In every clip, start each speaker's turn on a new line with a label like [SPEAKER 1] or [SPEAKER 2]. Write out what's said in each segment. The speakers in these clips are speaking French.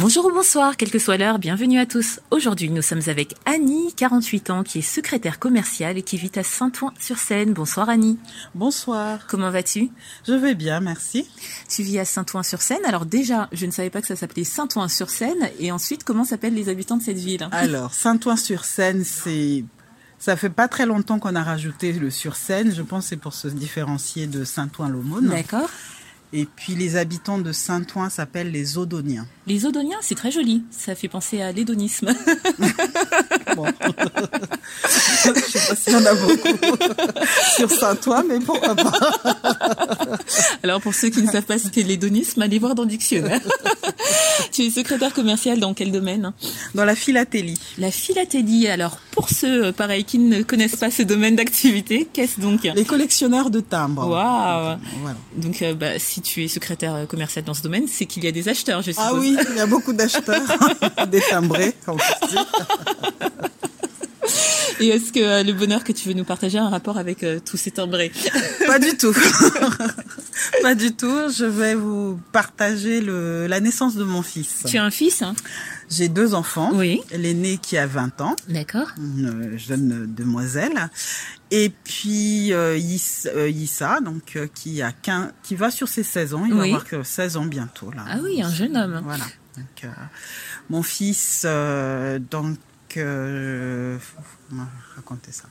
[SPEAKER 1] Bonjour ou bonsoir, quelle que soit l'heure, bienvenue à tous. Aujourd'hui, nous sommes avec Annie, 48 ans, qui est secrétaire commerciale et qui vit à Saint-Ouen-sur-Seine. Bonsoir Annie.
[SPEAKER 2] Bonsoir,
[SPEAKER 1] Comment vas-tu
[SPEAKER 2] je vais bien, merci.
[SPEAKER 1] Tu vis à Saint-Ouen-sur-Seine. Alors déjà, je ne savais pas que ça s'appelait Saint-Ouen-sur-Seine. Et ensuite, comment s'appellent les habitants de cette ville
[SPEAKER 2] Alors, Saint-Ouen-sur-Seine, c'est. Ça fait pas très longtemps qu'on a rajouté le sur-Seine, je pense que c'est pour se différencier de Saint-Ouen-l'Aumône.
[SPEAKER 1] D'accord.
[SPEAKER 2] Et puis les habitants de Saint-Ouen s'appellent les Odoniens.
[SPEAKER 1] Les Odoniens, c'est très joli. Ça fait penser à l'hédonisme.
[SPEAKER 2] Bon. je sais pas s'il y en a beaucoup sur Saint-Ouen, mais pourquoi pas.
[SPEAKER 1] Alors pour ceux qui ne savent pas ce qu'est l'hédonisme, allez voir dans le dictionnaire. tu es secrétaire commerciale dans quel domaine
[SPEAKER 2] Dans la philatélie.
[SPEAKER 1] La philatélie. Alors pour ceux, euh, pareil, qui ne connaissent pas ce domaine d'activité, qu'est-ce donc
[SPEAKER 2] Les collectionneurs de timbres.
[SPEAKER 1] Waouh
[SPEAKER 2] Voilà.
[SPEAKER 1] Donc euh, bah, si tu es secrétaire euh, commerciale dans ce domaine, c'est qu'il y a des acheteurs, je suppose.
[SPEAKER 2] Ah oui, il y a beaucoup d'acheteurs, des timbrés, comme on dit.
[SPEAKER 1] Et est-ce que euh, le bonheur que tu veux nous partager a un rapport avec euh, tous ces timbrés
[SPEAKER 2] Pas du tout. pas du tout. Je vais vous partager le, la naissance de mon fils.
[SPEAKER 1] Tu as un fils hein
[SPEAKER 2] J'ai deux enfants.
[SPEAKER 1] Oui.
[SPEAKER 2] L'aîné qui a 20 ans,
[SPEAKER 1] D'accord.
[SPEAKER 2] une euh, jeune demoiselle. Et puis euh, Yis- euh, Yissa, donc, euh, qui, a 15, qui va sur ses 16 ans. Il va
[SPEAKER 1] Oui.
[SPEAKER 2] avoir que 16 ans bientôt. Là.
[SPEAKER 1] Ah oui, un jeune homme.
[SPEAKER 2] Voilà. Donc, euh, mon fils, euh, donc, euh, on va raconter ça.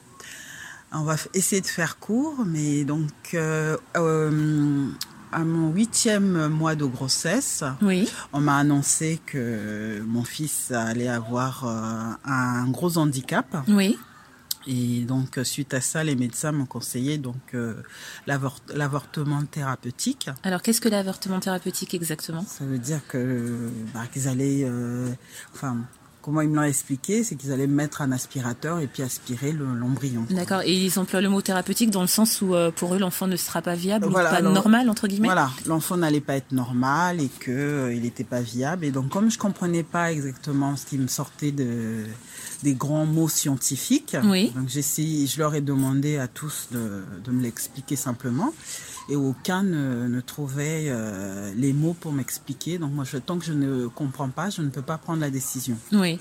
[SPEAKER 2] On va f- essayer de faire court, mais donc, euh, euh, à mon huitième mois de grossesse,
[SPEAKER 1] Oui.
[SPEAKER 2] on m'a annoncé que mon fils allait avoir euh, un gros handicap.
[SPEAKER 1] Oui.
[SPEAKER 2] Et donc, euh, suite à ça, les médecins m'ont conseillé donc euh, l'avort- l'avortement thérapeutique.
[SPEAKER 1] Alors qu'est-ce que l'avortement thérapeutique exactement
[SPEAKER 2] Ça veut dire que bah, qu'ils allaient, euh, enfin, comment ils me l'ont expliqué, c'est qu'ils allaient mettre un aspirateur et puis aspirer le- l'embryon. quoi.
[SPEAKER 1] D'accord. Et ils emploient le mot thérapeutique dans le sens où euh, pour eux l'enfant ne sera pas viable, ou
[SPEAKER 2] Voilà,
[SPEAKER 1] pas
[SPEAKER 2] alors-
[SPEAKER 1] normal entre guillemets.
[SPEAKER 2] Voilà, l'enfant n'allait pas être normal et que euh, il n'était pas viable. Et donc, comme je comprenais pas exactement ce qui me sortait de des grands mots scientifiques,
[SPEAKER 1] Oui.
[SPEAKER 2] donc j'ai essayé- je leur ai demandé à tous de, de me l'expliquer simplement, et aucun ne, ne trouvait euh, les mots pour m'expliquer. Donc moi, je, tant que je ne comprends pas, je ne peux pas prendre la décision.
[SPEAKER 1] Oui.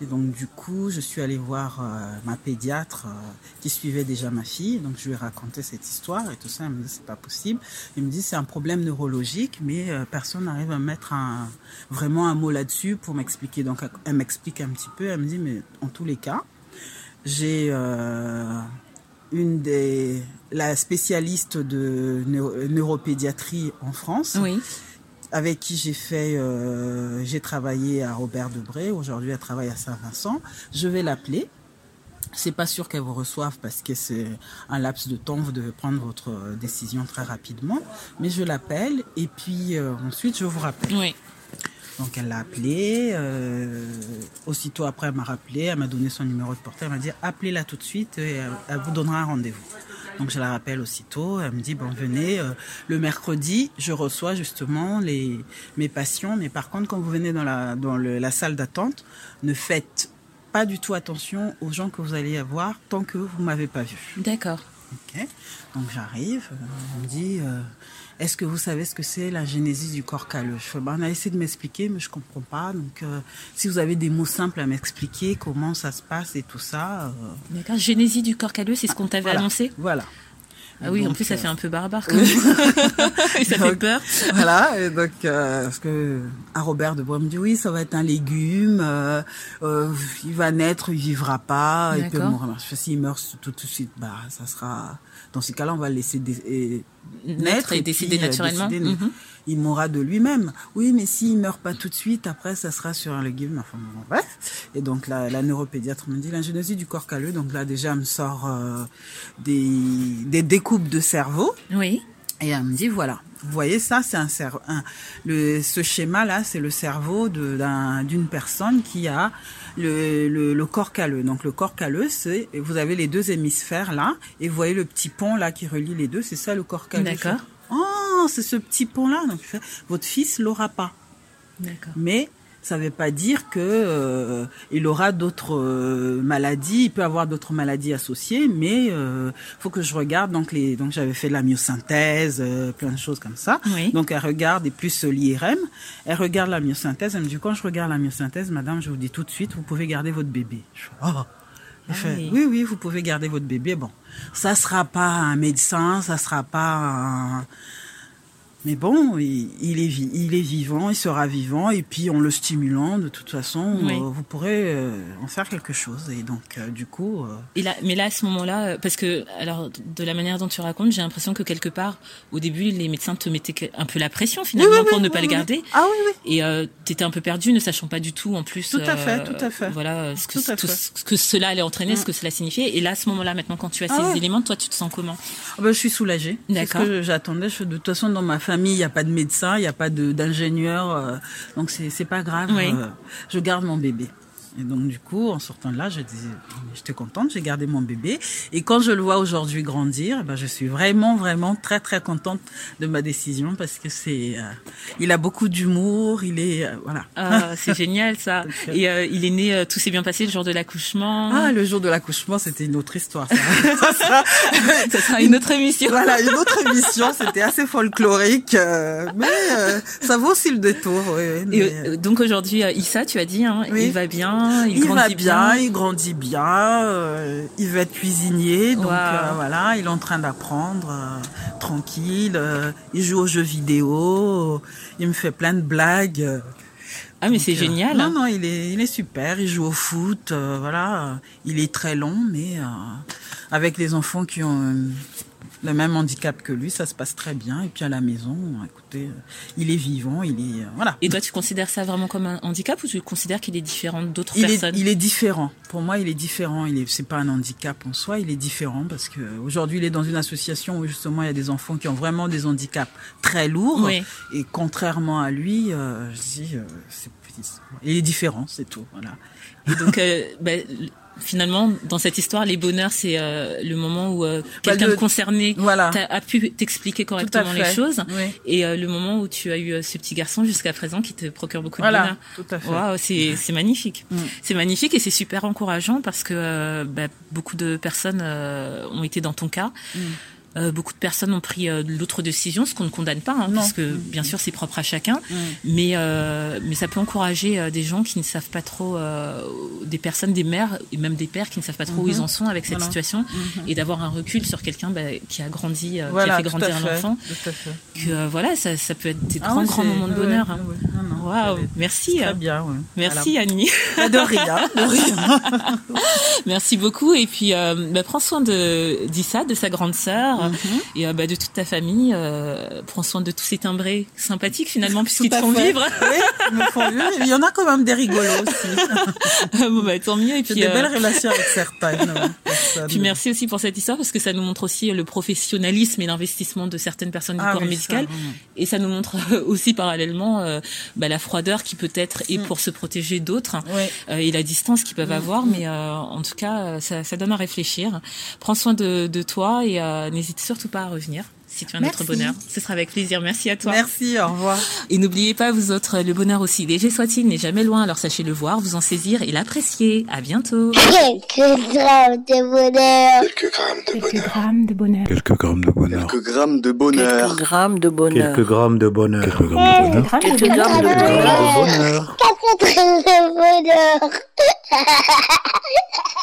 [SPEAKER 2] Et donc du coup, je suis allée voir euh, ma pédiatre euh, qui suivait déjà ma fille. Donc je lui ai raconté cette histoire et tout ça. Elle me dit c'est pas possible. Elle me dit c'est un problème neurologique, mais euh, personne n'arrive à mettre un, vraiment un mot là-dessus pour m'expliquer. Donc elle m'explique un petit peu. Elle me dit mais en tous les cas, j'ai euh, une des la spécialiste de neuro- neuropédiatrie en France
[SPEAKER 1] Oui.
[SPEAKER 2] avec qui j'ai fait, euh, j'ai travaillé à Robert Debré. Aujourd'hui, elle travaille à Saint-Vincent. Je vais l'appeler. C'est pas sûr qu'elle vous reçoive parce que c'est un laps de temps. Vous devez prendre votre euh, décision très rapidement. Mais je l'appelle et puis euh, ensuite je vous rappelle.
[SPEAKER 1] Oui.
[SPEAKER 2] Donc elle l'a appelé. euh, aussitôt après, elle m'a rappelé. Elle m'a donné son numéro de portable. Elle m'a dit appelez-la tout de suite et elle, elle vous donnera un rendez-vous. Donc je la rappelle aussitôt. Elle me dit bon venez euh, le mercredi. Je reçois justement les mes patients. Mais par contre, quand vous venez dans la dans le- la salle d'attente, ne faites pas du tout attention aux gens que vous allez avoir tant que vous m'avez pas vu.
[SPEAKER 1] D'accord.
[SPEAKER 2] Ok. Donc j'arrive, euh, on me dit euh, Est-ce que vous savez ce que c'est la génésis du corps calleux Je fais ben, On a essayé de m'expliquer, mais je comprends pas. Donc euh, si vous avez des mots simples à m'expliquer, comment ça se passe et tout ça. euh,
[SPEAKER 1] D'accord. Génésie du corps calleux, c'est ce qu'on t'avait
[SPEAKER 2] voilà.
[SPEAKER 1] annoncé.
[SPEAKER 2] Voilà.
[SPEAKER 1] Ah oui, en
[SPEAKER 2] Donc,
[SPEAKER 1] plus ça
[SPEAKER 2] euh,
[SPEAKER 1] fait un peu barbare. Quand même. Et ça fait
[SPEAKER 2] Donc-
[SPEAKER 1] peur.
[SPEAKER 2] voilà, et donc euh, parce que à Robert de Bois me dit oui, ça va être un légume, euh, euh, il va naître, il vivra pas, il peut
[SPEAKER 1] D'accord.
[SPEAKER 2] mourir. Je fais, S'il meurt tout, tout de suite, bah ça sera. Dans ces cas-là, on va le laisser dé- et-
[SPEAKER 1] Naître et décider
[SPEAKER 2] puis, euh,
[SPEAKER 1] naturellement.
[SPEAKER 2] décider, mais
[SPEAKER 1] Mhm.
[SPEAKER 2] Il mourra de lui-même. Oui, mais s'il meurt pas tout de suite, après ça sera sur un légume. Enfin bon, bref. Et donc la, la neuropédiatre me dit l'ingénierie du corps calleux. Donc là déjà, elle me sort euh, des, des découpes de cerveau.
[SPEAKER 1] Oui.
[SPEAKER 2] Et elle me dit voilà, vous voyez ça, c'est un cerveau. le, ce schéma là, c'est le cerveau de- d'un- d'une personne qui a le, le, le corps calleux. Donc le corps calleux, c'est vous avez les deux hémisphères là, et vous voyez le petit pont là qui relie les deux, c'est ça le corps calleux.
[SPEAKER 1] D'accord.
[SPEAKER 2] Je fais, Oh, c'est ce petit pont là. Donc je fais, votre fils l'aura pas.
[SPEAKER 1] D'accord.
[SPEAKER 2] Mais ça ne veut pas dire que euh, il aura d'autres euh, maladies. Il peut avoir d'autres maladies associées, mais euh, faut que je regarde. Donc les, donc j'avais fait de la myosynthèse, euh, plein de choses comme ça.
[SPEAKER 1] Oui.
[SPEAKER 2] Donc elle regarde et plus euh, l'IRM. Elle regarde la myosynthèse. Elle me dit quand je regarde la myosynthèse, madame, je vous dis tout de suite, vous pouvez garder votre bébé. Je fais, Ah.
[SPEAKER 1] Ah
[SPEAKER 2] Elle fait,
[SPEAKER 1] oui.
[SPEAKER 2] oui, oui, vous pouvez garder votre bébé. Bon, ça sera pas un médecin, ça sera pas un, mais bon, il, il est, vi- il est vivant, il sera vivant, et puis en le stimulant, de toute façon,
[SPEAKER 1] Oui.
[SPEAKER 2] euh, vous pourrez euh, en faire quelque chose. Et donc, euh, du coup, euh,
[SPEAKER 1] Et là, mais là, à ce moment-là, euh, parce que, alors, de la manière dont tu racontes, j'ai l'impression que quelque part, au début, les médecins te mettaient que- un peu la pression finalement
[SPEAKER 2] Oui, oui,
[SPEAKER 1] pour
[SPEAKER 2] oui,
[SPEAKER 1] ne
[SPEAKER 2] oui,
[SPEAKER 1] pas le
[SPEAKER 2] oui.
[SPEAKER 1] garder.
[SPEAKER 2] ah oui, oui,
[SPEAKER 1] Et euh, t'étais un peu perdu, ne sachant pas du tout en plus.
[SPEAKER 2] Tout à
[SPEAKER 1] euh,
[SPEAKER 2] fait, tout à fait.
[SPEAKER 1] Voilà euh, ce que,
[SPEAKER 2] Tout à
[SPEAKER 1] tout
[SPEAKER 2] fait.
[SPEAKER 1] ce ce que cela allait entraîner, ce que cela signifiait. Et là, à ce moment-là, maintenant, quand tu as
[SPEAKER 2] Ah
[SPEAKER 1] ces
[SPEAKER 2] ouais.
[SPEAKER 1] éléments, toi, tu te sens comment
[SPEAKER 2] Ah ben, je suis soulagée. C'est ce
[SPEAKER 1] D'accord.
[SPEAKER 2] que j'attendais. Je- De toute façon, dans ma famille, il n'y a pas de médecin, il n'y a pas de- d'ingénieur, euh, donc c'est c'est pas grave.
[SPEAKER 1] Oui.
[SPEAKER 2] euh, je garde mon bébé. Et donc, du coup, en sortant de là, je dis- j'étais contente, j'ai gardé mon bébé. Et quand je le vois aujourd'hui grandir, eh ben, je suis vraiment, vraiment très, très contente de ma décision parce que c'est, euh, il a beaucoup d'humour, il est, euh, voilà.
[SPEAKER 1] Ah, C'est génial ça.
[SPEAKER 2] C'est
[SPEAKER 1] Et euh, il est né, euh, tout s'est bien passé le jour de l'accouchement.
[SPEAKER 2] Ah, le jour de l'accouchement, c'était une autre histoire. ça. Ça, ça-
[SPEAKER 1] ça sera une autre émission.
[SPEAKER 2] Voilà, une autre émission, c'était assez folklorique, euh, mais euh, ça vaut aussi le détour. oui, oui, mais,
[SPEAKER 1] Et
[SPEAKER 2] euh,
[SPEAKER 1] euh, donc aujourd'hui, euh, Issa, tu as dit, hein,
[SPEAKER 2] Oui.
[SPEAKER 1] il va bien, il,
[SPEAKER 2] il va
[SPEAKER 1] grandit
[SPEAKER 2] bien, il grandit bien, euh, il veut être cuisinier, donc
[SPEAKER 1] Waouh.
[SPEAKER 2] euh, voilà, il est en train d'apprendre, euh, tranquille, euh, il joue aux jeux vidéo, il me fait plein de blagues. euh,
[SPEAKER 1] Ah mais c'est
[SPEAKER 2] donc, euh,
[SPEAKER 1] génial.
[SPEAKER 2] Non, non, il est, il est super, il joue au foot, euh, voilà, euh, il est très long, mais euh, avec les enfants qui ont euh, le même handicap que lui, ça se passe très bien. Et puis à la maison, écoutez, euh, il est vivant, il est... euh, voilà.
[SPEAKER 1] Et toi, tu considères ça vraiment comme un handicap ou tu considères qu'il est différent d'autres
[SPEAKER 2] Il est,
[SPEAKER 1] personnes
[SPEAKER 2] il est différent. Pour moi, il est différent. Il est, c'est pas un handicap en soi. Il est différent parce que euh, aujourd'hui, il est dans une association où justement il y a des enfants qui ont vraiment des handicaps très lourds.
[SPEAKER 1] Oui.
[SPEAKER 2] Et contrairement à lui, euh, je dis, euh, c'est, il est différent, c'est tout. Voilà.
[SPEAKER 1] Et donc, euh, bah, l- finalement, dans cette histoire, les bonheurs, c'est euh, le moment où euh, quelqu'un
[SPEAKER 2] Bah, le-
[SPEAKER 1] de concerné
[SPEAKER 2] Voilà.
[SPEAKER 1] t'a- a pu t'expliquer correctement les
[SPEAKER 2] fait.
[SPEAKER 1] choses.
[SPEAKER 2] Oui.
[SPEAKER 1] Et euh, le moment où tu as eu euh, ce petit garçon jusqu'à présent qui te procure beaucoup de
[SPEAKER 2] Voilà,
[SPEAKER 1] bonheur.
[SPEAKER 2] tout à fait.
[SPEAKER 1] Waouh, c'est c'est magnifique.
[SPEAKER 2] Mm.
[SPEAKER 1] C'est magnifique et c'est super encourageant parce que euh, bah, beaucoup de personnes euh, ont été dans ton cas.
[SPEAKER 2] Mm.
[SPEAKER 1] Euh, beaucoup de personnes ont pris euh, l'autre décision, ce qu'on ne condamne pas, hein,
[SPEAKER 2] Non. Mm.
[SPEAKER 1] parce que bien sûr c'est propre à chacun, mais euh, mais ça peut encourager euh, des gens qui ne savent pas trop, euh, des personnes, des mères et même des pères qui ne savent pas trop où
[SPEAKER 2] Mhm.
[SPEAKER 1] ils en sont avec cette
[SPEAKER 2] Voilà. Mm-hmm.
[SPEAKER 1] situation, et d'avoir un recul sur quelqu'un bah, qui a grandi, euh, qui a
[SPEAKER 2] Voilà,
[SPEAKER 1] fait
[SPEAKER 2] tout à
[SPEAKER 1] grandir
[SPEAKER 2] fait,
[SPEAKER 1] l'enfant,
[SPEAKER 2] Tout à fait.
[SPEAKER 1] que euh, voilà, ça, ça peut être des
[SPEAKER 2] Ah
[SPEAKER 1] grands,
[SPEAKER 2] ouais,
[SPEAKER 1] grands
[SPEAKER 2] c'est-
[SPEAKER 1] moments de
[SPEAKER 2] ouais,
[SPEAKER 1] bonheur.
[SPEAKER 2] ouais,
[SPEAKER 1] hein.
[SPEAKER 2] ouais. Non, non,
[SPEAKER 1] Waouh,
[SPEAKER 2] elle est
[SPEAKER 1] merci,
[SPEAKER 2] Très
[SPEAKER 1] euh,
[SPEAKER 2] bien. ouais.
[SPEAKER 1] merci Annie,
[SPEAKER 2] Voilà. De rien, de rien.
[SPEAKER 1] merci beaucoup et puis euh, bah, prends soin de d'Issa, de sa grande sœur
[SPEAKER 2] Mhm.
[SPEAKER 1] et euh, bah, de toute ta famille, euh, prends soin de tous ces timbrés sympathiques finalement puisqu'ils te
[SPEAKER 2] Tout à
[SPEAKER 1] font
[SPEAKER 2] fait.
[SPEAKER 1] vivre.
[SPEAKER 2] Oui, ils me font vivre. Il y en a quand même des rigolos aussi.
[SPEAKER 1] bon bah tant mieux et
[SPEAKER 2] J'ai
[SPEAKER 1] puis,
[SPEAKER 2] des
[SPEAKER 1] euh,
[SPEAKER 2] belles relations avec certaines euh, personnes.
[SPEAKER 1] puis merci aussi pour cette histoire parce que ça nous montre aussi euh, le professionnalisme et l'investissement de certaines personnes du
[SPEAKER 2] Ah,
[SPEAKER 1] corps
[SPEAKER 2] oui, ça,
[SPEAKER 1] médical
[SPEAKER 2] vraiment.
[SPEAKER 1] et ça nous montre euh, aussi parallèlement euh, bah, la froideur qui peut être
[SPEAKER 2] Mm.
[SPEAKER 1] et pour se protéger d'autres
[SPEAKER 2] Oui.
[SPEAKER 1] euh, et la distance qu'ils peuvent avoir mais euh, en tout cas euh, ça, ça donne à réfléchir prends soin de, de toi et euh, n'hésite surtout pas à revenir si tu as notre
[SPEAKER 2] Merci.
[SPEAKER 1] bonheur ce sera avec plaisir merci à toi
[SPEAKER 2] Merci, au revoir.
[SPEAKER 1] et n'oubliez pas vous autres le bonheur aussi léger soit-il n'est jamais loin alors sachez le voir vous en saisir et l'apprécier à bientôt
[SPEAKER 3] Quelques drames de bonheur.
[SPEAKER 4] Quelques grammes de
[SPEAKER 5] Quelques
[SPEAKER 4] bonheur.
[SPEAKER 5] grammes de bonheur.
[SPEAKER 6] Quelques grammes
[SPEAKER 4] Quelques grammes de
[SPEAKER 6] de bonheur.
[SPEAKER 4] bonheur.
[SPEAKER 7] Quelques grammes de bonheur.
[SPEAKER 6] Quelques grammes de bonheur. Quelques
[SPEAKER 3] de bonheur.
[SPEAKER 5] Grammes de bonheur.
[SPEAKER 7] Quelques grammes de
[SPEAKER 6] Quelques grammes
[SPEAKER 7] bonheur.
[SPEAKER 6] de bonheur.
[SPEAKER 3] Quatre drames de bonheur.